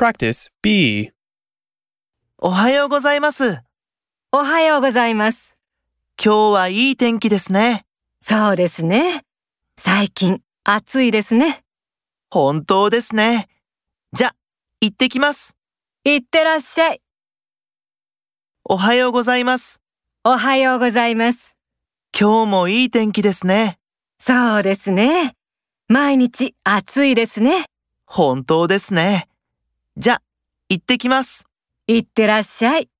Practice B. おはようございます。おはようございます。今日はいい天気ですね。そうですね。最近暑いですね。本当ですね。じゃ、行ってきます。いってらっしゃい。おはようございます。おはようございます。今日もいい天気ですね。そうですね。毎日暑いですね。本当ですね。じゃ、行ってきます。いってらっしゃい。